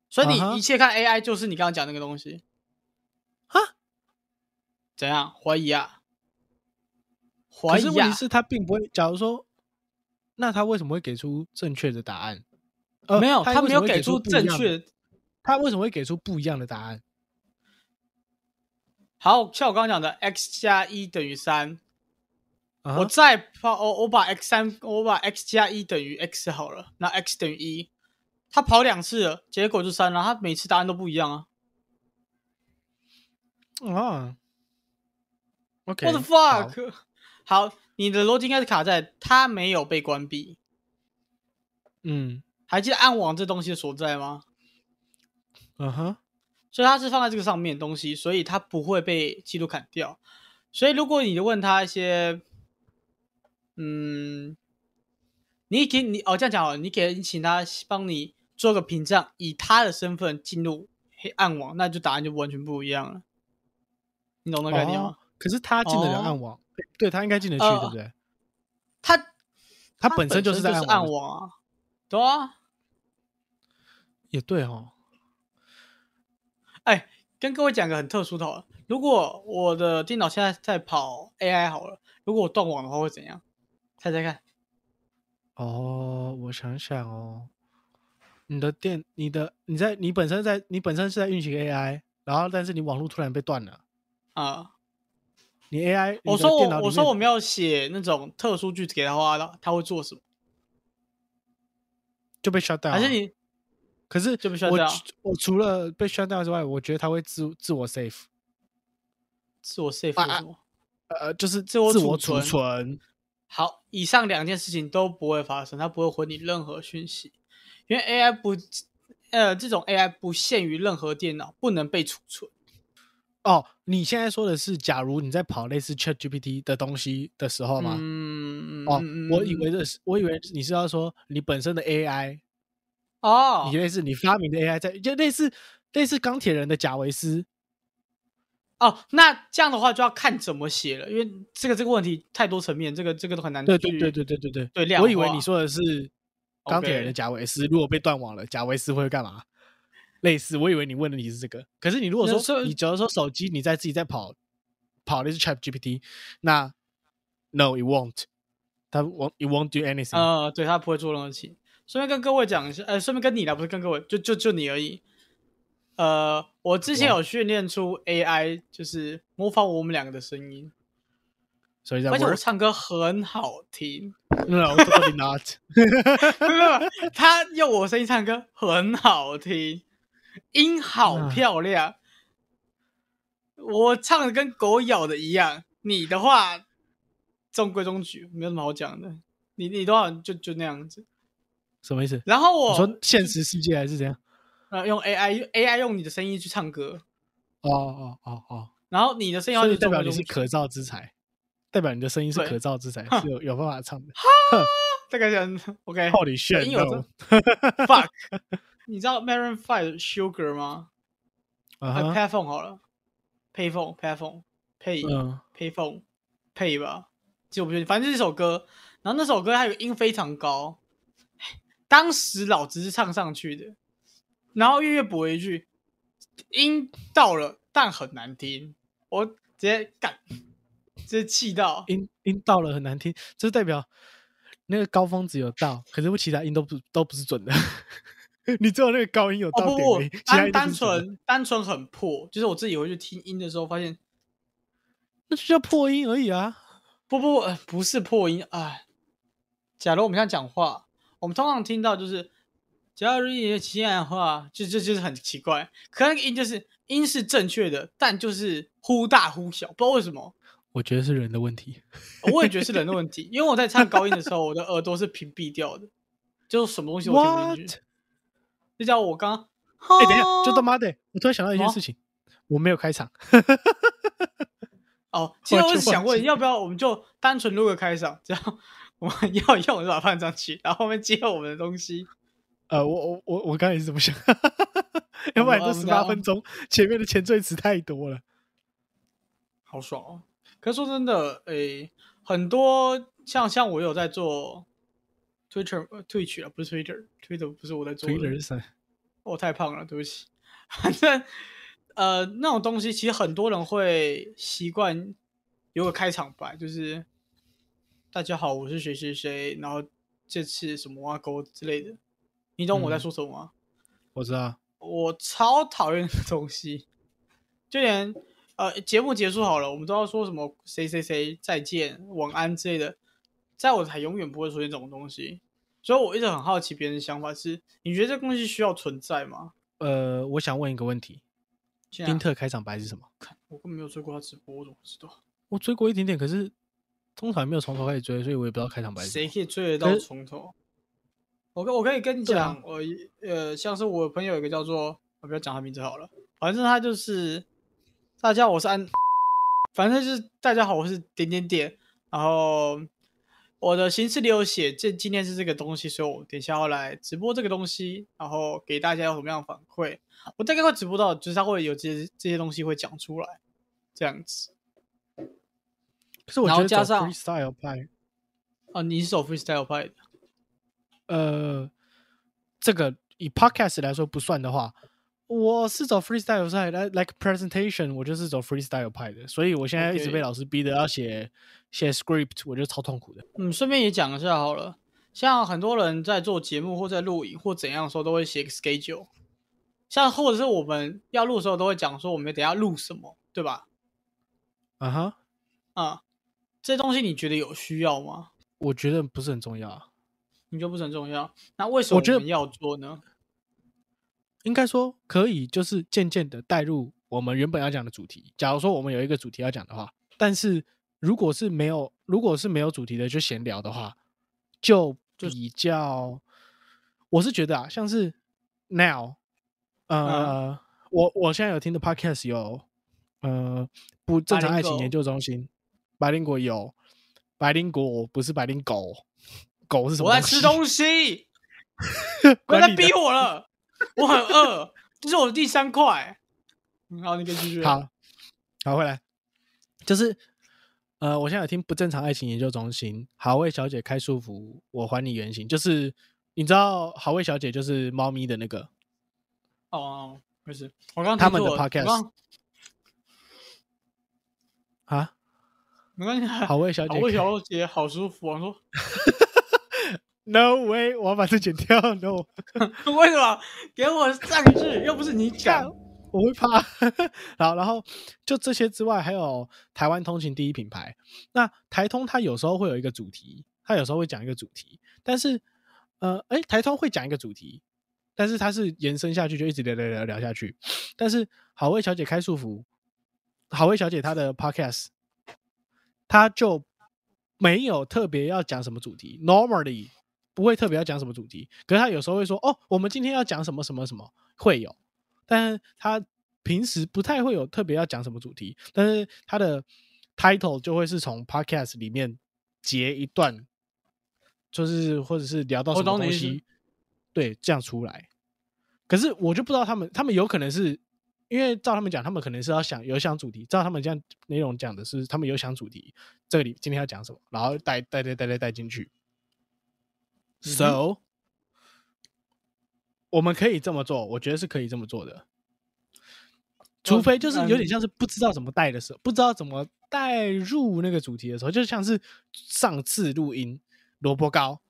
Speaker 2: 所以
Speaker 1: 啊哈
Speaker 2: 你一切看 AI 就是你刚刚讲那个东西，
Speaker 1: 啊，
Speaker 2: 怎样？怀疑啊？怀
Speaker 1: 可
Speaker 2: 疑
Speaker 1: 是问
Speaker 2: 啊
Speaker 1: 题？是，他并不会。假如说，那他为什么会给出正确的答案？呃
Speaker 2: 没有，
Speaker 1: 他
Speaker 2: 他
Speaker 1: 为
Speaker 2: 没
Speaker 1: 什
Speaker 2: 有
Speaker 1: 么会
Speaker 2: 给
Speaker 1: 出
Speaker 2: 出
Speaker 1: 不一样
Speaker 2: 正
Speaker 1: 的
Speaker 2: 确的。
Speaker 1: 他为什么会给出不一样的答案？
Speaker 2: 好，像我刚刚讲的，x 加一等于三，
Speaker 1: 啊
Speaker 2: 我再抛我我把 x 三，我把 x 加一等于 x 好了，那 x 等于一，他跑两次了，结果就三了，他每次答案都不一样啊。
Speaker 1: 啊，OK，
Speaker 2: What the
Speaker 1: 好
Speaker 2: fuck？好，你的逻辑应该是卡在它没有被关闭。
Speaker 1: 嗯，
Speaker 2: 还记得暗网这东西的所在吗？
Speaker 1: 嗯哼，
Speaker 2: 所以它是放在这个上面的东西，所以它不会被记录砍掉。所以如果你问他一些，嗯，你给你哦这样讲好了，你给你请他帮你做个屏障，以他的身份进入黑暗网，那就答案就完全不一样了。你懂那个概念吗
Speaker 1: 哦？可是他进得了
Speaker 2: 哦
Speaker 1: 暗网，对他应该进得去，
Speaker 2: 呃
Speaker 1: 对不对？
Speaker 2: 他
Speaker 1: 他
Speaker 2: 它
Speaker 1: 本身就是
Speaker 2: 是
Speaker 1: 在
Speaker 2: 暗
Speaker 1: 的
Speaker 2: 网啊，对啊，
Speaker 1: 也对哦。
Speaker 2: 哎，跟各位讲个很特殊的好了，如果我的电脑现在在跑 AI 好了，如果我断网的话会怎样？猜猜看，
Speaker 1: 哦，我想想哦，你的电，你的你在你本身在你本身是在运行 AI，然后但是你网络突然被断了，
Speaker 2: 啊、
Speaker 1: 你 AI 你
Speaker 2: 我
Speaker 1: 的
Speaker 2: 说
Speaker 1: 电脑
Speaker 2: 我
Speaker 1: 里
Speaker 2: 我说
Speaker 1: 面
Speaker 2: 我没有写那种特殊句子给他的话，他会做什么？
Speaker 1: 就被 shut down，
Speaker 2: 还是
Speaker 1: 啊
Speaker 2: 你
Speaker 1: 可是
Speaker 2: 就被 shut
Speaker 1: 我
Speaker 2: down
Speaker 1: 除我除了被 shut down 之外，我觉得他会自自我 save，
Speaker 2: 自我 save
Speaker 1: 啊
Speaker 2: 或
Speaker 1: 啊
Speaker 2: 什么？
Speaker 1: 呃，就是
Speaker 2: 自我
Speaker 1: 自
Speaker 2: 储
Speaker 1: 我储
Speaker 2: 存
Speaker 1: 存，
Speaker 2: 好，以上两件事情都不会发生，它不会回你任何讯息，因为 AI 不，呃，这种 AI 不限于任何电脑，不能被储存。
Speaker 1: 哦，你现在说的是，假如你在跑类似 Chat GPT 的东西的时候吗？
Speaker 2: 嗯，
Speaker 1: 哦
Speaker 2: 嗯，
Speaker 1: 我以为
Speaker 2: 嗯
Speaker 1: 的是，我以为你是要说你本身的 AI，
Speaker 2: 哦，
Speaker 1: 你类似你发明的 AI 在，就类似类似钢铁人的贾维斯，
Speaker 2: 哦，那这样的话就要看怎么写了，因为这个这个问题太多层面，这个这个都很难
Speaker 1: 对
Speaker 2: 去。
Speaker 1: 对对对对对对，
Speaker 2: 对量
Speaker 1: 我以为
Speaker 2: 化
Speaker 1: 你说的是钢铁人
Speaker 2: OK
Speaker 1: 的贾维斯，如果被断网了，贾维斯会干嘛？类似，我以为你问的你是这个，可是你如果
Speaker 2: 那所
Speaker 1: 说
Speaker 2: 以
Speaker 1: 你假如说手机你在自己在跑跑的是 Chat GPT，那 No it won't，它 won't it won't do anything，、
Speaker 2: 呃，对他不会做任何事情。顺便跟各位讲一下，呃，顺便跟你啦，不是跟各位，就就就你而已。呃，我之前
Speaker 1: 哇
Speaker 2: 有训练出 AI，就是模仿我们两个的声音，
Speaker 1: 所以在
Speaker 2: 而且我
Speaker 1: work
Speaker 2: 唱歌很好听。
Speaker 1: no totally not，
Speaker 2: 没有没有，没有 他用我声音唱歌很好听，音好
Speaker 1: 啊
Speaker 2: 漂亮，我唱的跟狗咬的一样。你的话中规中矩，没有什么好讲的。你你的话就就那样子。
Speaker 1: 什 么意思？
Speaker 2: 然后
Speaker 1: 你
Speaker 2: 我
Speaker 1: 说现实世界还是怎样？
Speaker 2: 呃用 AI AI 用你的声音去唱歌，
Speaker 1: 哦哦哦哦，
Speaker 2: 然后你的声音要
Speaker 1: 所
Speaker 2: 去
Speaker 1: 以代
Speaker 2: 中
Speaker 1: 表
Speaker 2: 规
Speaker 1: 你
Speaker 2: 中
Speaker 1: 是
Speaker 2: 矩，
Speaker 1: 可造之材，代表你的声音是
Speaker 2: 对
Speaker 1: 可造之材，是有有办法唱的。
Speaker 2: 大概这样子。OK，
Speaker 1: Holy
Speaker 2: 声
Speaker 1: shit！
Speaker 2: 音有
Speaker 1: no
Speaker 2: 这 fuck，你知道 Maroon Five 的 Sugar 吗？
Speaker 1: 啊
Speaker 2: 呃
Speaker 1: 哈
Speaker 2: Payphone 好了，Payphone Payphone Pay。
Speaker 1: 嗯，
Speaker 2: 配凤配吧，其实我不确定，反正就是这首歌。然后那首歌它有音非常高，当时老子是唱上去的，然后月月补了一句，音到了但很难听，我直接干，直接气到。
Speaker 1: 音音到了很难听，这代表那个高峰只有到，可是其他音都不都不是准的。 你只有那个高音有
Speaker 2: 哦
Speaker 1: 到
Speaker 2: 不
Speaker 1: 点
Speaker 2: 不
Speaker 1: 而已，其他
Speaker 2: 单
Speaker 1: 音都不
Speaker 2: 单
Speaker 1: 是准的
Speaker 2: 纯单纯很破，就是我自己回去听音的时候发现，
Speaker 1: 那就叫破音而已啊。
Speaker 2: 不不、呃不是破音，哎，假如我们现在讲话，我们通常听到就是，假如你起来的话，就就就是很奇怪，可那个音就是音是正确的，但就是忽大忽小，不知道为什么。
Speaker 1: 我觉得是人的问题。
Speaker 2: 我也觉得是人的问题， 因为我在唱高音的时候，我的耳朵是屏蔽掉的，就是什么东西我听不进去。就叫我刚，哎
Speaker 1: 哎，等一下，就他妈的！我突然想到一件
Speaker 2: 什么
Speaker 1: 事情，我没有开场。
Speaker 2: 哦，其实
Speaker 1: 我
Speaker 2: 我
Speaker 1: 就是
Speaker 2: 想
Speaker 1: 忘
Speaker 2: 问，
Speaker 1: 记
Speaker 2: 要不要我们就单纯录个开场，这样我们要用我就把它放上去，然后后面接我们的东西。
Speaker 1: 呃，我我我我刚才也是这么想， 要不然
Speaker 2: 我
Speaker 1: 这
Speaker 2: 们
Speaker 1: 十
Speaker 2: 刚
Speaker 1: 八
Speaker 2: 刚
Speaker 1: 分钟前面的前缀词太多了。
Speaker 2: 好爽哦！可是说真的，诶、很多像像我有在做 Twitter、呃、Twitch 啊，不是 Twitter，Twitter 不是我在做的
Speaker 1: Twitter 是啥？
Speaker 2: 我太胖了，对不起。 反正呃，那种东西其实很多人会习惯有个开场白，就是大家好，我是谁谁谁，然后这次什么挖沟之类的，你懂我在
Speaker 1: 嗯
Speaker 2: 说什么吗？
Speaker 1: 我知道。
Speaker 2: 我超讨厌的东西，就连呃节目结束好了，我们都要说什么谁谁谁再见、晚安之类的，在我台永远不会出现这种东西，所以我一直很好奇别人的想法是，你觉得这东西需要存在吗？
Speaker 1: 呃，我想问一个问题：
Speaker 2: 现
Speaker 1: 丁
Speaker 2: 在
Speaker 1: 特开场白是什么？
Speaker 2: 我根本没有追过他直播，我怎么知道？
Speaker 1: 我追过一点点，可是通常没有从头开始追，所以我也不知道开场白是什
Speaker 2: 谁
Speaker 1: 么。
Speaker 2: 可以追得
Speaker 1: 可
Speaker 2: 到
Speaker 1: 是
Speaker 2: 从头？我跟我可以跟你
Speaker 1: 对啊
Speaker 2: 讲，我一呃，像是我朋友有一个叫做，我不要讲他名字好了，反正他就是，大家好，我是安，反正就是大家好，我是点点点，然后我的形式里有写，这今天是这个东西，所以我等一下要来直播这个东西，然后给大家有什么样的反馈，我大概会直播到，就是他会有这些这些东西会讲出来，这样子
Speaker 1: 可是我觉
Speaker 2: 然后
Speaker 1: 得
Speaker 2: 加
Speaker 1: 走
Speaker 2: 上
Speaker 1: freestyle 派，
Speaker 2: 啊，你是走 freestyle 派的，
Speaker 1: 呃，这个以 podcast 来说不算的话，我是走 freestyle 派来 like presentation，我就是走 freestyle 派的，所以我现在一直
Speaker 2: OK
Speaker 1: 被老师逼的要写写 script，我觉得超痛苦的。
Speaker 2: 嗯，顺便也讲一下好了，像很多人在做节目或在录影或怎样的时候，都会写个 schedule，像或者是我们要录的时候，都会讲说我们等一下录什么，对吧？
Speaker 1: 啊哈，
Speaker 2: 啊、这东西你觉得有需要吗？
Speaker 1: 我觉得不是很重要啊。
Speaker 2: 你觉得不是很重要？那为什么
Speaker 1: 我觉
Speaker 2: 我
Speaker 1: 得
Speaker 2: 们要做呢？
Speaker 1: 应该说可以，就是渐渐的带入我们原本要讲的主题。假如说我们有一个主题要讲的话，但是如果是没有，如果是没有主题的就闲聊的话，就比较，我是觉得啊，像
Speaker 2: 嗯
Speaker 1: 是 now，呃，我我现在有听的 podcast 有呃不正常
Speaker 2: 百
Speaker 1: 爱
Speaker 2: 灵
Speaker 1: 情研
Speaker 2: 狗
Speaker 1: 究中心，白灵果有，白灵果不是白灵狗，狗是什么？
Speaker 2: 我在吃
Speaker 1: 东西，
Speaker 2: 东西，不 要
Speaker 1: 管
Speaker 2: 再
Speaker 1: 理
Speaker 2: 逼
Speaker 1: 的
Speaker 2: 我了，我很饿，这是我的第三块。嗯好，你可以继续。，
Speaker 1: 好，好回来，就是呃，我现在有听不正常爱情研究中心，好味小姐开束缚，我还你原形，就是你知道好味小姐就是猫咪的那个，
Speaker 2: 哦哦，没事。我刚刚
Speaker 1: 他
Speaker 2: 听
Speaker 1: 们的
Speaker 2: 错了
Speaker 1: podcast
Speaker 2: 我刚
Speaker 1: 啊，
Speaker 2: 没关系。
Speaker 1: 好味小姐
Speaker 2: 好味小姐好舒服。我说
Speaker 1: ，No way，我要把这剪掉，No，
Speaker 2: 为什么给我上去？又不是你讲。
Speaker 1: 我会怕。 好，然后就这些之外，还有台湾通勤第一品牌。那台通它有时候会有一个主题，它有时候会讲一个主题，但是呃，哎，台通会讲一个主题，但是它是延伸下去，就一直聊聊聊聊下去。但是好味小姐开束缚，好味小姐她的 podcast，她就没有特别要讲什么主题，normally 不会特别要讲什么主题，可是她有时候会说，哦，我们今天要讲什么什么什么，会有。但他平时不太会有特别要讲什么主题，但是他的 title 就会是从 podcast 里面截一段，就是或者是聊到什
Speaker 2: 我
Speaker 1: 么
Speaker 2: 懂你
Speaker 1: 东
Speaker 2: 意思
Speaker 1: 西，对，这样出来。可是我就不知道他们，他们有可能是因为照他们讲，他们可能是要想有想主题，照他们这样内容讲的是他们有想主题，这里今天要讲什么，然后带带带带带带进去。
Speaker 2: 嗯哼
Speaker 1: So，、我们可以这么做，我觉得是可以这么做的，除
Speaker 2: 哦
Speaker 1: 非就是有点像是不知道怎么带的时候，不知道怎么带入那个主题的时候，就像是上次录音萝卜糕，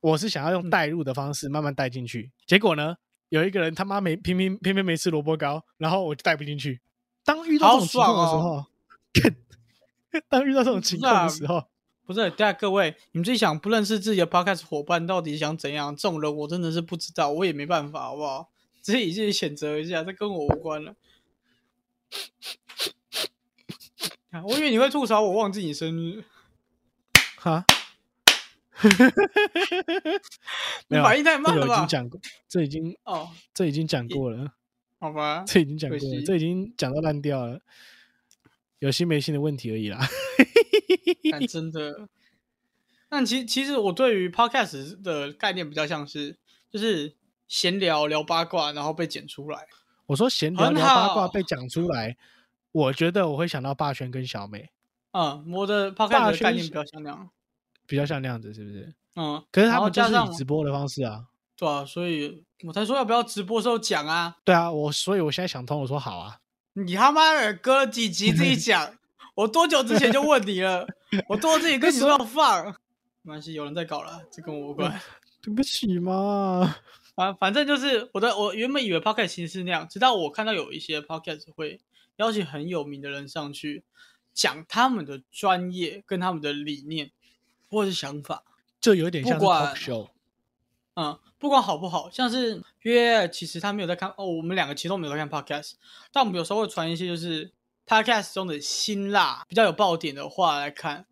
Speaker 1: 我是想要
Speaker 2: 嗯
Speaker 1: 用带入的方式慢慢带进去，结果呢，有一个人他妈没偏偏偏偏没吃萝卜糕，然后我就带不进去。当遇到这种情况的时候，
Speaker 2: 哦
Speaker 1: 当遇到这种情况的时候，
Speaker 2: 不是，大家各位，你们自己想不认识自己的 podcast 伙伴到底想怎样？这种人我真的是不知道，我也没办法，好不好？ 自己自己选择一下，这跟我无关了。 啊我以为你会吐槽我忘记你生日，
Speaker 1: 哈，
Speaker 2: 啊
Speaker 1: 没
Speaker 2: 你
Speaker 1: 有，啊
Speaker 2: 反应太慢
Speaker 1: 这个
Speaker 2: 了
Speaker 1: 已经
Speaker 2: 吧？
Speaker 1: 讲过，这已经
Speaker 2: 哦，
Speaker 1: 这已经讲过了，
Speaker 2: 好吧，
Speaker 1: 这已经讲过
Speaker 2: 可
Speaker 1: 了，
Speaker 2: 惜
Speaker 1: 这已经讲到烂掉了，有心没心的问题而已啦。
Speaker 2: 但真的。但其其实我对于 podcast 的概念比较像是，就是闲聊聊八卦，然后被剪出来。
Speaker 1: 我说闲聊
Speaker 2: 很
Speaker 1: 聊八
Speaker 2: 好
Speaker 1: 卦被讲出来，我觉得我会想到霸轩跟小美，
Speaker 2: 嗯，我的
Speaker 1: 大
Speaker 2: podcast 的
Speaker 1: 学
Speaker 2: 概念
Speaker 1: 是
Speaker 2: 比较像那样。
Speaker 1: 比较像那样子，是不是？
Speaker 2: 嗯，
Speaker 1: 可是
Speaker 2: 然
Speaker 1: 他
Speaker 2: 后
Speaker 1: 们就
Speaker 2: 加
Speaker 1: 是
Speaker 2: 上
Speaker 1: 以直播的方式啊。
Speaker 2: 对啊，所以我才说要不要直播时候讲啊？
Speaker 1: 对啊，我所以我现在想通，我说好啊，
Speaker 2: 你他妈的隔了几集自己讲，我多久之前就问你了，我多自己跟你说要放， 没关系，有人在搞了，这跟我无关。
Speaker 1: 对不起嘛。
Speaker 2: 啊，反正就是我的，我原本以为 podcast 其实是那样，直到我看到有一些 podcast 会邀请很有名的人上去讲他们的专业跟他们的理念或者是想法，
Speaker 1: 就有点像是
Speaker 2: 不
Speaker 1: talk
Speaker 2: 管
Speaker 1: show，
Speaker 2: 嗯，不管好不好，像是约，其实他没有在看哦，我们两个其实都没有在看 podcast，但我们有时候会传一些就是 podcast 中的辛辣、比较有爆点的话来看，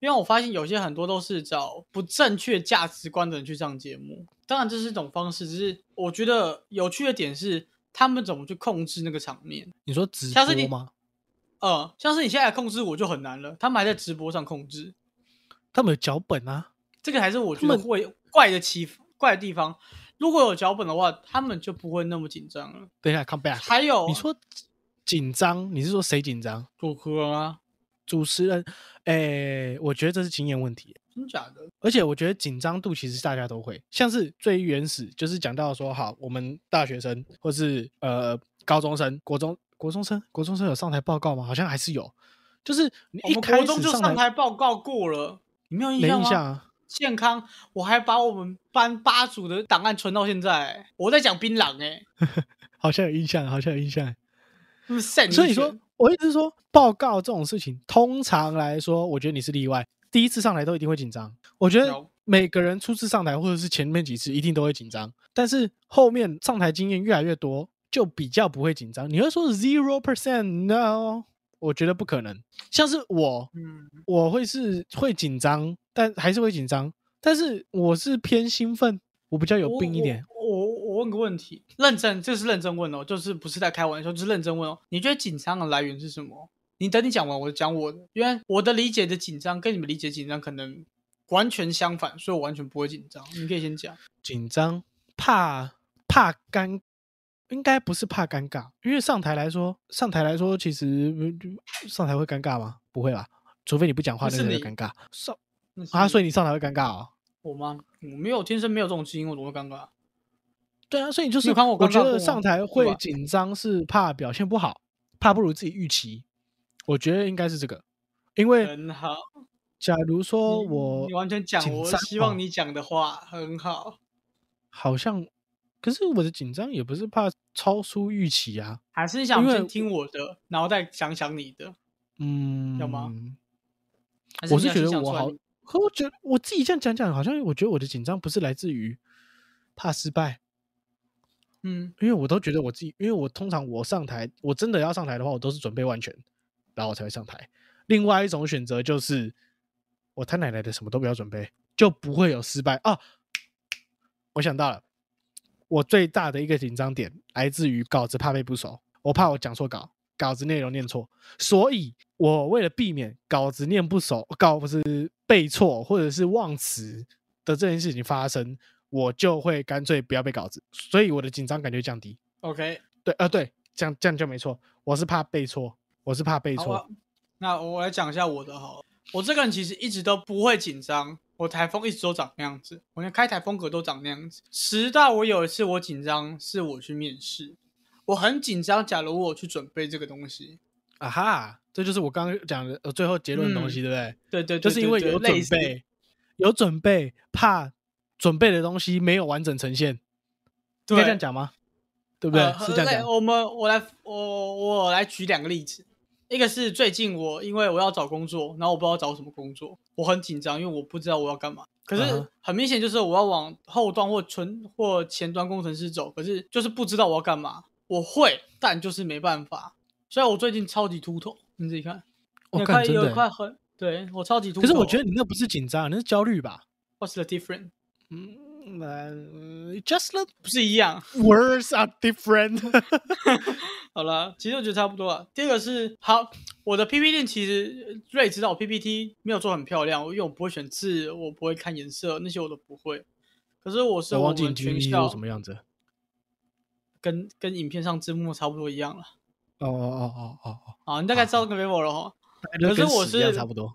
Speaker 2: 因为我发现有些很多都是找不正确价值观的人去上节目，当然这是一种方式，只是我觉得有趣的点是他们怎么去控制那个场面，
Speaker 1: 你说直
Speaker 2: 像是
Speaker 1: 播
Speaker 2: 你
Speaker 1: 吗？
Speaker 2: 呃，像是你现在控制我就很难了，他们还在直播上控制，
Speaker 1: 他们有脚本啊，
Speaker 2: 这个还是我觉
Speaker 1: 他
Speaker 2: 得
Speaker 1: 们
Speaker 2: 会怪的奇怪的地方。如果有脚本的话，他们就不会那么紧张了。
Speaker 1: 等一下 come back。
Speaker 2: 还有
Speaker 1: 你说紧张，你是说谁紧张？
Speaker 2: 主客啊，
Speaker 1: 主持人？哎，我觉得这是经验问题，
Speaker 2: 真假的？
Speaker 1: 而且我觉得紧张度其实大家都会，像是最原始就是讲到说，好，我们大学生或是呃高中生、国中国中生、国中生有上台报告吗？好像还是有，就是你
Speaker 2: 我
Speaker 1: 一
Speaker 2: 们
Speaker 1: 开
Speaker 2: 国
Speaker 1: 始
Speaker 2: 中就上
Speaker 1: 上
Speaker 2: 台报告过了，你没有印
Speaker 1: 没
Speaker 2: 象
Speaker 1: 印
Speaker 2: 吗？
Speaker 1: 象啊，
Speaker 2: 健康，我还把我们班八组的档案存到现在、我在讲槟榔哎、
Speaker 1: 好像有印象，好像有印象。
Speaker 2: 欸，是
Speaker 1: 所以说，我一直说报告这种事情，通常来说，我觉得你是例外。第一次上台都一定会紧张，我觉得
Speaker 2: 有
Speaker 1: 每个人初次上台或者是前面几次一定都会紧张，但是后面上台经验越来越多，就比较不会紧张。你会说 zero percent no？我觉得不可能。像是我，
Speaker 2: 嗯，
Speaker 1: 我会是会紧张，但还是会紧张，但是我是偏兴奋，我比较有病一点。
Speaker 2: 我我我问个问题，认真，这是认真问哦，就是不是在开玩笑，就是认真问哦。你觉得紧张的来源是什么？你等你讲完，我讲我的，因为我的理解的紧张跟你们理解紧张可能完全相反，所以我完全不会紧张。你可以先讲。
Speaker 1: 紧张，怕怕尴，应该不是怕尴尬，因为上台来说，上台来说，其实呃上台会尴尬吗？不会吧，除非你不讲话，
Speaker 2: 那
Speaker 1: 那
Speaker 2: 是
Speaker 1: 个人
Speaker 2: 你
Speaker 1: 尴尬。上
Speaker 2: 那是
Speaker 1: 啊，所以你上台会尴尬哦。
Speaker 2: 我吗？我没有天生没有这种基因，我怎么会尴尬？
Speaker 1: 对啊，所以你就
Speaker 2: 你
Speaker 1: 是
Speaker 2: 有看过我
Speaker 1: 我
Speaker 2: 尴尬
Speaker 1: 觉
Speaker 2: 过
Speaker 1: 得
Speaker 2: 吗
Speaker 1: 上台
Speaker 2: 对
Speaker 1: 会
Speaker 2: 吧
Speaker 1: 紧张是怕表现不好，怕不如自己预期。我觉得应该是这个，因为
Speaker 2: 很好，
Speaker 1: 假如说
Speaker 2: 你
Speaker 1: 我
Speaker 2: 你完全讲
Speaker 1: 紧
Speaker 2: 我
Speaker 1: 张
Speaker 2: 希
Speaker 1: 哦
Speaker 2: 望你讲的话很好，
Speaker 1: 好像，可是我的紧张也不是怕超出预期啊。
Speaker 2: 还是你想
Speaker 1: 因为
Speaker 2: 先听我的，然后再想想你的？
Speaker 1: 嗯，
Speaker 2: 有吗？还
Speaker 1: 我
Speaker 2: 你
Speaker 1: 是
Speaker 2: 要
Speaker 1: 觉
Speaker 2: 先
Speaker 1: 得
Speaker 2: 想
Speaker 1: 我
Speaker 2: 出来
Speaker 1: 好
Speaker 2: 你，
Speaker 1: 可我觉得我自己这样讲讲，好像我觉得我的紧张不是来自于怕失败，
Speaker 2: 嗯，
Speaker 1: 因为我都觉得我自己，因为我通常我上台，我真的要上台的话，我都是准备万全，然后我才会上台。另外一种选择就是，我他奶奶的什么都不要准备，就不会有失败啊。我想到了，我最大的一个紧张点来自于稿子怕背不熟，我怕我讲错稿，稿子内容念错，所以我为了避免稿子念不熟，稿不是背错或者是忘词的这件事情发生，我就会干脆不要背稿子，所以我的紧张感就降低。
Speaker 2: ，OK，
Speaker 1: 对，呃，对，这样这样就没错，我是怕背错，我是怕背
Speaker 2: 好
Speaker 1: 错。
Speaker 2: 啊。那我来讲一下我的好了，我这个人其实一直都不会紧张，我台风一直都长那样子，我连开台风格都长那样子。直到我有一次我紧张，是我去面试，我很紧张。假如我去准备这个东西，
Speaker 1: 啊哈，这就是我刚刚讲的呃最后结论的东西，对不对？
Speaker 2: 对对对
Speaker 1: 就是因为有
Speaker 2: 类
Speaker 1: 准
Speaker 2: 似
Speaker 1: 备，有准备，怕准备的东西没有完整呈现，应
Speaker 2: 对
Speaker 1: 该这样讲吗？对不对？
Speaker 2: 呃
Speaker 1: 是这样
Speaker 2: 来
Speaker 1: 讲。
Speaker 2: 我们我来我我来举两个例子，一个是最近我因为我要找工作，然后我不知道找什么工作，我很紧张，因为我不知道我要干嘛。可
Speaker 1: 嗯
Speaker 2: 是
Speaker 1: 哼
Speaker 2: 很明显就是我要往后端或纯或前端工程师走，可是就是不知道我要干嘛。我会，但就是没办法。所以我最近超级秃头，你自己看，
Speaker 1: 我、
Speaker 2: 有
Speaker 1: 看
Speaker 2: 块
Speaker 1: 真
Speaker 2: 有一
Speaker 1: 的
Speaker 2: 块
Speaker 1: 欸。
Speaker 2: 很对我超级秃
Speaker 1: 可
Speaker 2: 头。
Speaker 1: 是我觉得你那不是紧张，那是焦虑吧？
Speaker 2: What's the difference？
Speaker 1: 嗯，呃，just the
Speaker 2: 不是一样。
Speaker 1: words are different
Speaker 2: 好了，其实我觉得差不多了。第二个是好，我的 PPT 其实瑞知道我 PPT 没有做得很漂亮，因为我不会选字，我不会看颜色，那些我都不会。可是我是
Speaker 1: 我忘记
Speaker 2: 们
Speaker 1: 你
Speaker 2: 全
Speaker 1: GE
Speaker 2: 校
Speaker 1: 是什么样子。
Speaker 2: 跟跟影片上字幕差不多一样了。
Speaker 1: 哦哦哦哦哦哦，
Speaker 2: 啊，你大概知道那个 level 了哈。
Speaker 1: 大概就
Speaker 2: 可是
Speaker 1: 跟
Speaker 2: 我
Speaker 1: 屎一样
Speaker 2: 是
Speaker 1: 差不多。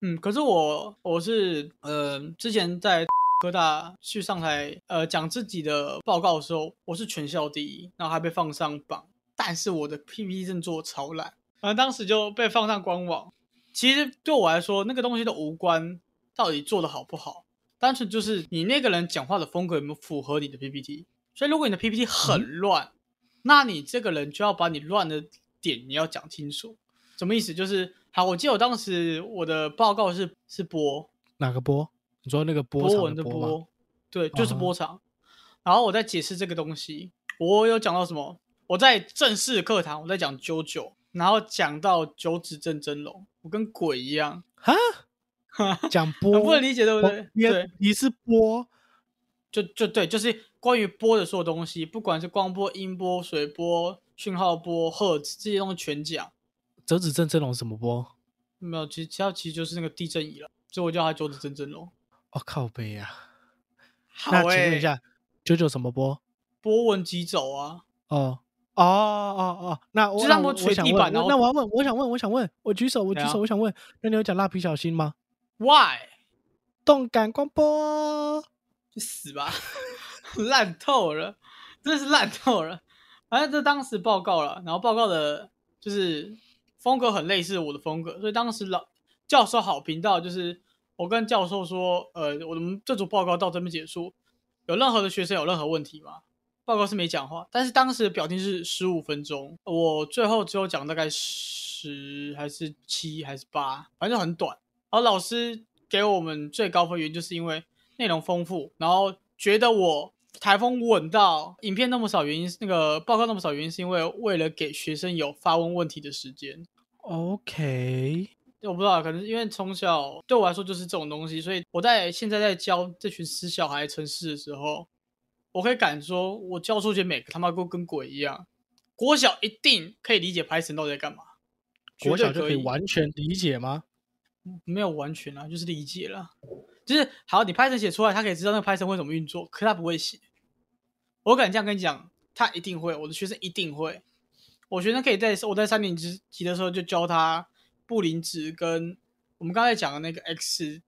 Speaker 2: 嗯，可是我我是呃，之前在 科大去上台呃讲自己的报告的时候，我是全校第一，然后还被放上榜，但是我的 PPT 真的做得超烂，然后当时就被放上官网。其实对我来说，那个东西都无关到底做的好不好，单纯就是你那个人讲话的风格有没有符合你的 PPT。所以如果你的 PPT 很乱，那你这个人就要把你乱的点你要讲清楚。什么意思？就是好，我记得我当时我的报告是是波
Speaker 1: 哪个波？你说那个波
Speaker 2: 波
Speaker 1: 长
Speaker 2: 纹的
Speaker 1: 波吗？
Speaker 2: 波，对，就是
Speaker 1: 啊哈
Speaker 2: 波长。然后我在解释这个东西，我有讲到什么？我在正式课堂我在讲九九，然后讲到九指正真龙，我跟鬼一样，
Speaker 1: 哈，
Speaker 2: 很
Speaker 1: 讲波，
Speaker 2: 啊不能理解，对不
Speaker 1: 波
Speaker 2: 对？
Speaker 1: 你
Speaker 2: 对，
Speaker 1: 你是波，
Speaker 2: 就就对，就是关于波的所有东西，不管是光波、音波、水波、讯号波、赫兹这些东西全讲。
Speaker 1: 折纸正真龙是什么波？
Speaker 2: 没有，其实其他其实就是那个地震仪了，所以我叫它九指真真龙。
Speaker 1: 哦靠背呀、
Speaker 2: 好
Speaker 1: 那请问
Speaker 2: 欸
Speaker 1: 一下，九九什么波？
Speaker 2: 波纹急走啊，
Speaker 1: 哦哦哦哦，那我
Speaker 2: 就
Speaker 1: 那
Speaker 2: 让
Speaker 1: 我
Speaker 2: 我捶
Speaker 1: 我想
Speaker 2: 地
Speaker 1: 问，
Speaker 2: 板然
Speaker 1: 我
Speaker 2: 后啊
Speaker 1: 那我要问，我想问，我想问，我举手，我
Speaker 2: 怎
Speaker 1: 举手，
Speaker 2: 样
Speaker 1: 我想问，那你有讲蜡笔小新吗？
Speaker 2: Why？
Speaker 1: 动感光波，
Speaker 2: 去死吧， 烂透了，真的是烂透了。反正这当时报告了，然后报告的就是风格很类似我的风格，所以当时老教授好评到就是我跟教授说，呃，我们这组报告到这边结束，有任何的学生有任何问题吗？报告是没讲话，但是当时的表定是十五分钟，我最后只有讲大概十还是七还是八，反正就很短。然后老师给我们最高分原因就是因为内容丰富，然后觉得我台风稳到影片那么少，原因是那个报告那么少，原因是因为为了给学生有发问问题的时间。
Speaker 1: OK，
Speaker 2: 我不知道，可能因为从小对我来说就是这种东西，所以我在现在在教这群死小孩城市的时候，我可以敢说，我教数学每个他妈都跟鬼一样。国小一定可以理解 Python 到底在干嘛，
Speaker 1: 国
Speaker 2: 绝
Speaker 1: 小
Speaker 2: 对
Speaker 1: 就可
Speaker 2: 可
Speaker 1: 以完全理解吗？
Speaker 2: 没有完全啊，就是理解啦。就是好，你 Python 写出来，他可以知道那个 Python 会怎么运作，可他不会写。我敢这样跟你讲，他一定会，我的学生一定会。我学生可以在我在三年级级的时候就教他布林值跟我们刚才讲的那个 x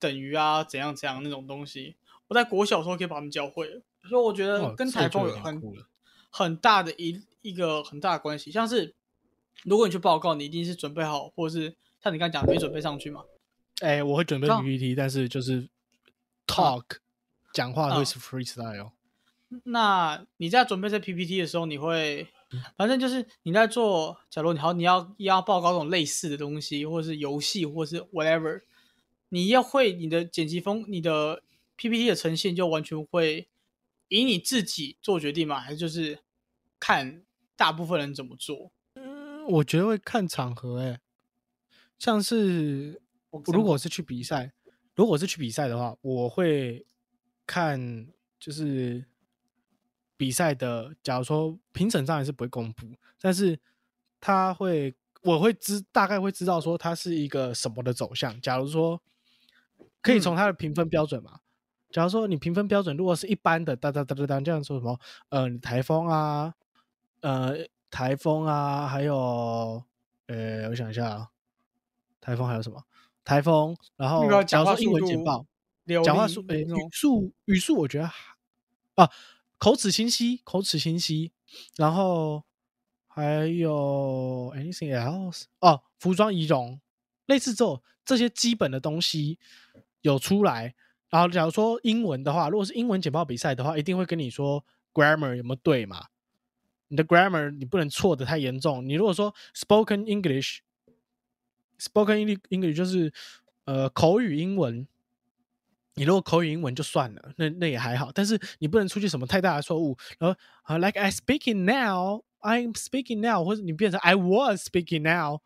Speaker 2: 等于啊怎样怎样那种东西，我在国小的时候可以把他们教会了。所以我觉
Speaker 1: 哇
Speaker 2: 得呃跟
Speaker 1: 哦这
Speaker 2: 台
Speaker 1: 就
Speaker 2: 风
Speaker 1: 有
Speaker 2: 有
Speaker 1: 点
Speaker 2: 很
Speaker 1: 酷了
Speaker 2: 很大的一一个很大的关系。像是如果你去报告，你一定是准备好，或者是像你刚才讲，没准备上去嘛。
Speaker 1: 哎、我会准备
Speaker 2: 刚
Speaker 1: PPT，但是就是 talk 讲、话会
Speaker 2: 啊
Speaker 1: 是 freestyle，、
Speaker 2: 那你在准备这 PPT 的时候，你会，
Speaker 1: 嗯
Speaker 2: 反正就是你在做，假如你好，你要要报告这种类似的东西，或者是游戏，或者是 whatever，你要会你的剪辑风，你的 PPT 的呈现就完全会以你自己做决定吗？还是就是看大部分人怎么做？
Speaker 1: 我觉得会看场合、哎，像是
Speaker 2: 我
Speaker 1: 如果是去比赛，如果是去比赛的话，我会看就是比赛的，假如说评审当然是不会公布，但是他会，我会知大概会知道说它是一个什么的走向。假如说可以从它的评分标准嘛，假如说你评分标准如果是一般的，哒哒哒哒哒，这样说什么，呃，你台风啊，呃，台风啊，还有，呃，我想一下啊，台风还有什么？台风，然后
Speaker 2: 那个
Speaker 1: 假
Speaker 2: 讲
Speaker 1: 如
Speaker 2: 话
Speaker 1: 说英
Speaker 2: 速
Speaker 1: 文简
Speaker 2: 度
Speaker 1: 报，
Speaker 2: 流
Speaker 1: 讲话
Speaker 2: 利
Speaker 1: 速，呃，
Speaker 2: 那
Speaker 1: 语
Speaker 2: 种
Speaker 1: 速语速，我觉得还啊，口齿清晰，口齿清晰，然后还有 anything else 哦，服装仪容，类似这种这些基本的东西有出来。然后假如说英文的话，如果是英文简报比赛的话，一定会跟你说 grammar 有没有对嘛？你的 grammar 你不能错的太严重。你如果说 spoken English，spoken Eng- English 就是呃口语英文，你如果口语英文就算了，那那也还好，但是你不能出去什么太大的错误。然后啊，like I speaking now，I'm speaking now，或者你变成 I was speaking now，no，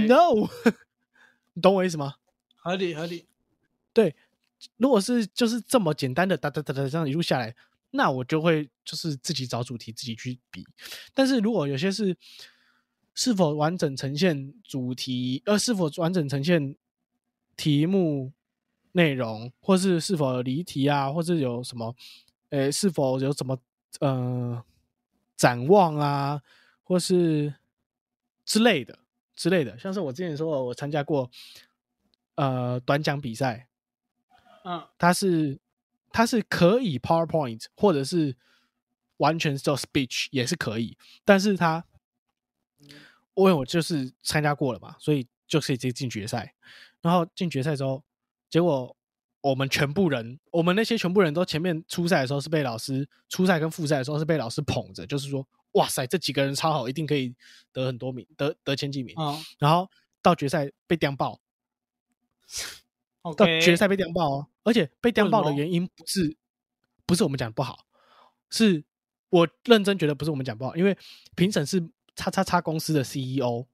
Speaker 1: 你懂我意思吗？
Speaker 2: 合理合理，
Speaker 1: 如果是就是这么简单的哒哒哒哒这样一路下来，那我就会就是自己找主题自己去比。但是如果有些是是否完整呈现主题，呃，是否完整呈现题目内容，或是是否有离题啊，或是有什么，呃，是否有什么呃展望啊，或是之类的之类的，像是我之前说的我参加过呃短讲比赛，
Speaker 2: 嗯，
Speaker 1: 它是它是可以 PowerPoint 或者是完全做 speech 也是可以，但是它因为我就是参加过了嘛，所以就可以直接进决赛。然后进决赛之后，结果我们全部人，我们那些全部人都前面初赛的时候是被老师初赛跟复赛的时候是被老师捧着，就是说哇塞，这几个人超好，一定可以得很多名，得得前几名。
Speaker 2: 嗯
Speaker 1: 然后到决赛被电爆，到
Speaker 2: OK，
Speaker 1: 决赛被电爆哦，而且被电爆的
Speaker 2: 为什么
Speaker 1: 原因不是不是我们讲得不好，是我认真觉得不是我们讲不好，因为评审是叉叉叉公司的 E CEO，、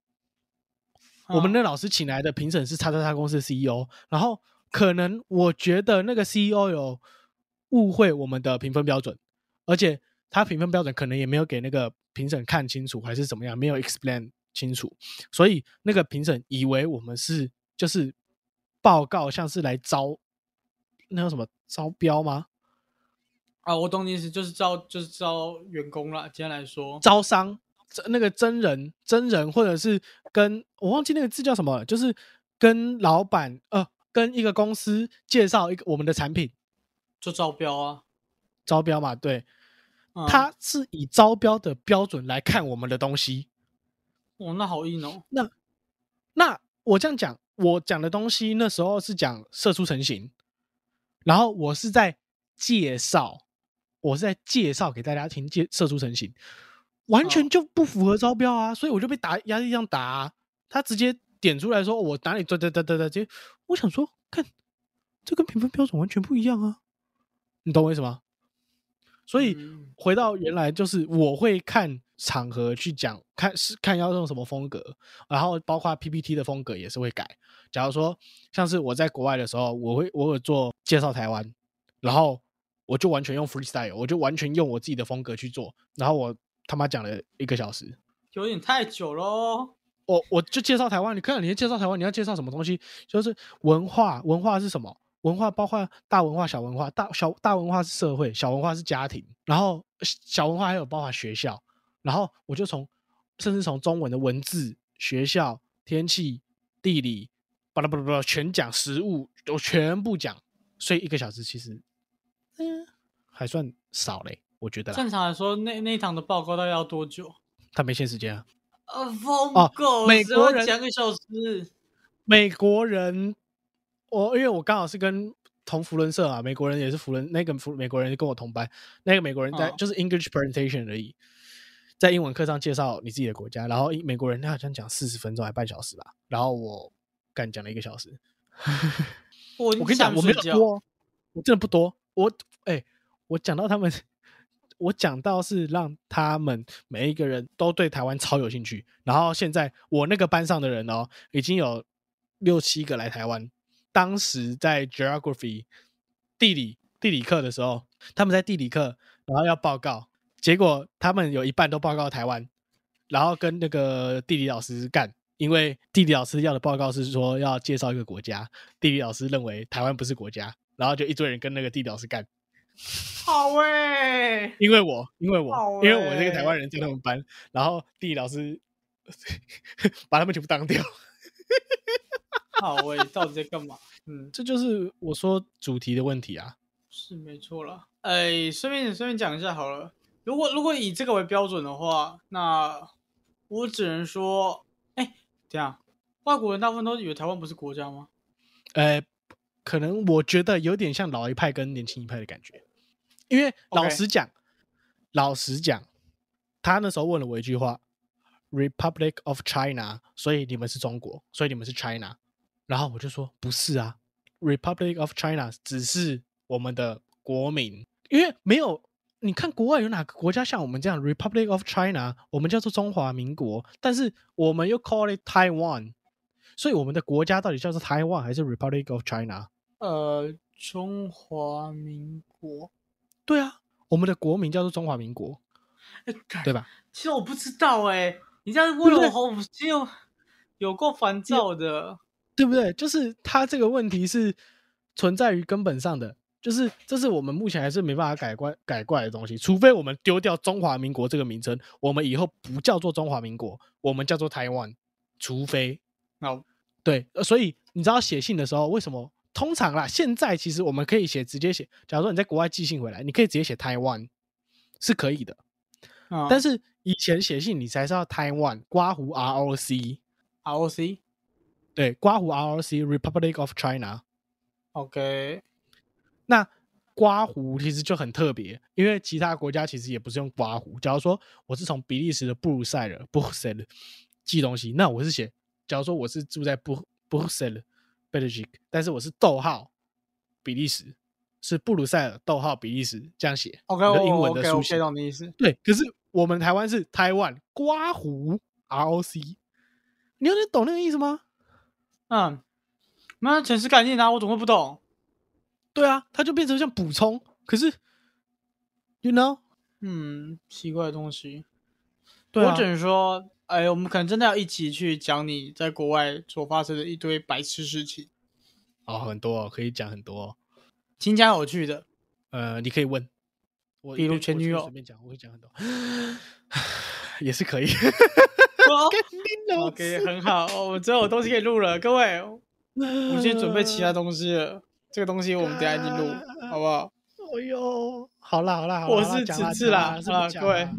Speaker 1: 我们
Speaker 2: 那
Speaker 1: 那老师请来的评审是叉叉叉公司的 CEO，然后可能我觉得那个 CEO 有误会我们的评分标准，而且他评分标准可能也没有给那个评审看清楚，还是怎么样，没有 explain 清楚，所以那个评审以为我们是就是报告像是来招那叫什么招标吗？
Speaker 2: 啊，我懂你意思，就是招就是招员工啦。简单来说，
Speaker 1: 招商，这那个真人真人，或者是跟我忘记那个字叫什么了，就是跟老板呃，跟一个公司介绍一个我们的产品
Speaker 2: 就招标啊。
Speaker 1: 招标嘛，对，
Speaker 2: 嗯、
Speaker 1: 他是以招标的标准来看我们的东西。
Speaker 2: 哇，那好硬哦。
Speaker 1: 那我这样讲，我讲的东西那时候是讲射出成型，然后我是在介绍，我是在介绍给大家听介射出成型，完全
Speaker 2: 哦
Speaker 1: 就不符合招标啊，所以我就被打压力这样打、啊，他直接点出来说我哪里对对对对对，直接我想说，看这跟评分标准完全不一样啊，你懂我意思吗？所以
Speaker 2: 嗯
Speaker 1: 回到原来，就是我会看场合去讲，看是看要用什么风格，然后包括 PPT 的风格也是会改。假如说像是我在国外的时候，我会我有做介绍台湾，然后我就完全用 freestyle，我就完全用我自己的风格去做，然后我他妈讲了一个小时，
Speaker 2: 有点太久喽。
Speaker 1: 我我就介绍台湾，你看你介绍台湾，你要介绍什么东西？就是文化，文化是什么？文化包括大文化、小文化，大小大文化是社会，小文化是家庭，然后小文化还有包含学校，然后我就从甚至从中文的文字、学校、天气、地理，巴拉巴拉巴拉全讲，食物我全部讲，所以一个小时其实嗯还算少嘞，我觉得啦，
Speaker 2: 正常来说，那那一堂的报告大概要多久？
Speaker 1: 他没限时间啊。
Speaker 2: 呃，疯
Speaker 1: 哦
Speaker 2: 狗，
Speaker 1: 美
Speaker 2: 只
Speaker 1: 国
Speaker 2: 会
Speaker 1: 人
Speaker 2: 讲个小时。
Speaker 1: 美国人，我因为我刚好是跟同福伦社啊，美国人也是福伦那个福美国人跟我同班，那个美国人在、
Speaker 2: 哦
Speaker 1: 就是 English presentation 而已，在英文课上介绍你自己的国家，然后英美国人他好像讲四十分钟还半小时吧，然后我干讲了一个小时，
Speaker 2: 我
Speaker 1: 我跟你讲我没
Speaker 2: 没
Speaker 1: 有多哦，我真的不多，我哎、我讲到他们。我讲到是让他们每一个人都对台湾超有兴趣，然后现在我那个班上的人哦，已经有六七个来台湾。当时在 geography 地理地理课的时候，他们在地理课，然后要报告，结果他们有一半都报告台湾，然后跟那个地理老师干，因为地理老师要的报告是说要介绍一个国家，地理老师认为台湾不是国家，然后就一堆人跟那个地理老师干。
Speaker 2: 好哎、
Speaker 1: 因为我，因为我，
Speaker 2: 好
Speaker 1: 因为我这个
Speaker 2: 欸
Speaker 1: 台湾人在他们班，然后地理老师 把他们全部当掉。
Speaker 2: 好哎、到底在干嘛？嗯，
Speaker 1: 这就是我说主题的问题啊。
Speaker 2: 是没错啦。哎、顺便顺便讲一下好了，如果如果以这个为标准的话，那我只能说，哎、怎样？外国人大部分都以为台湾不是国家吗？
Speaker 1: 呃，可能我觉得有点像老一派跟年轻一派的感觉，因为老
Speaker 2: OK
Speaker 1: 实讲老实讲，他那时候问了我一句话：“Republic of China”，所以你们是中国，所以你们是 China。然后我就说：“不是啊，Republic of China 只是我们的国民，因为没有。”你看国外有哪个国家像我们这样 Republic of China，我们叫做中华民国，但是我们又 call it Taiwan，所以我们的国家到底叫做台湾还是 Republic of China？
Speaker 2: 呃，中华民国。
Speaker 1: 对啊，我们的国民叫做中华民国，
Speaker 2: 哎干
Speaker 1: 对吧？
Speaker 2: 其实我不知道哎、你这样
Speaker 1: 对
Speaker 2: 问
Speaker 1: 不对
Speaker 2: 我好，我其实有有够烦躁的。
Speaker 1: 对不对？就是它这个问题是存在于根本上的，就是这是我们目前还是没办法改观改怪的东西，除非我们丢掉中华民国这个名称，我们以后不叫做中华民国，我们叫做台湾，除非
Speaker 2: 好，
Speaker 1: 对，呃所以你知道写信的时候为什么？通常啦，现在其实我们可以写直接写，假如说你在国外寄信回来，你可以直接写台湾，是可以的。
Speaker 2: 嗯、
Speaker 1: 但是以前写信你才是要 Taiwan 刮胡 ROC，
Speaker 2: ROC
Speaker 1: 对，刮胡 ROC Republic of China。
Speaker 2: OK，
Speaker 1: 那刮胡其实就很特别，因为其他国家其实也不是用刮胡。假如说我是从比利时的布鲁塞尔布鲁塞尔寄东西，那我是写，假如说我是住在布布鲁塞尔 Belgium，但是我是逗号比利时，是布鲁塞尔逗号比利时这样写。
Speaker 2: OK，
Speaker 1: 你
Speaker 2: 我
Speaker 1: 的英文的
Speaker 2: OK，
Speaker 1: 书
Speaker 2: 我
Speaker 1: 写
Speaker 2: get 到你的意思。
Speaker 1: 对，可是我们台湾是台湾刮胡 ROC，你有点懂那个意思吗？
Speaker 2: 嗯，那城市概念啊，我怎么会不懂？
Speaker 1: 对啊，它就变成像补充。可是，you know，
Speaker 2: 嗯，奇怪的东西。
Speaker 1: 对啊
Speaker 2: 我只能说，哎，我们可能真的要一起去讲你在国外所发生的一堆白痴事情，
Speaker 1: 哦，很多、哦、可以讲很多、哦。
Speaker 2: 新疆有 趣的。
Speaker 1: 呃，你可以问我一
Speaker 2: 比
Speaker 1: 边，
Speaker 2: 如前
Speaker 1: 我
Speaker 2: 女
Speaker 1: 随
Speaker 2: 友
Speaker 1: 随便讲，我会讲很多， 也是可以。
Speaker 2: 哦 OK，很好，哦我知道我东西可以录了。各位， 我
Speaker 1: 我
Speaker 2: 们先准备其他。东西了。这个东西我们等一下一起 录，好不好？
Speaker 1: 哎呦，好啦好啦，好啦
Speaker 2: 我
Speaker 1: 好啦
Speaker 2: 是
Speaker 1: 讲
Speaker 2: 子
Speaker 1: 啦
Speaker 2: 志
Speaker 1: 讲
Speaker 2: 啦
Speaker 1: 啦，是
Speaker 2: 好啦
Speaker 1: 不讲
Speaker 2: 各位
Speaker 1: 啦，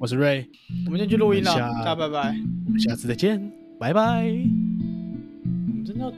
Speaker 1: 我是瑞，
Speaker 2: 我们先去录音了
Speaker 1: 等一下，
Speaker 2: 大家拜拜。
Speaker 1: 我们下次再见，拜拜。
Speaker 2: 我们真的要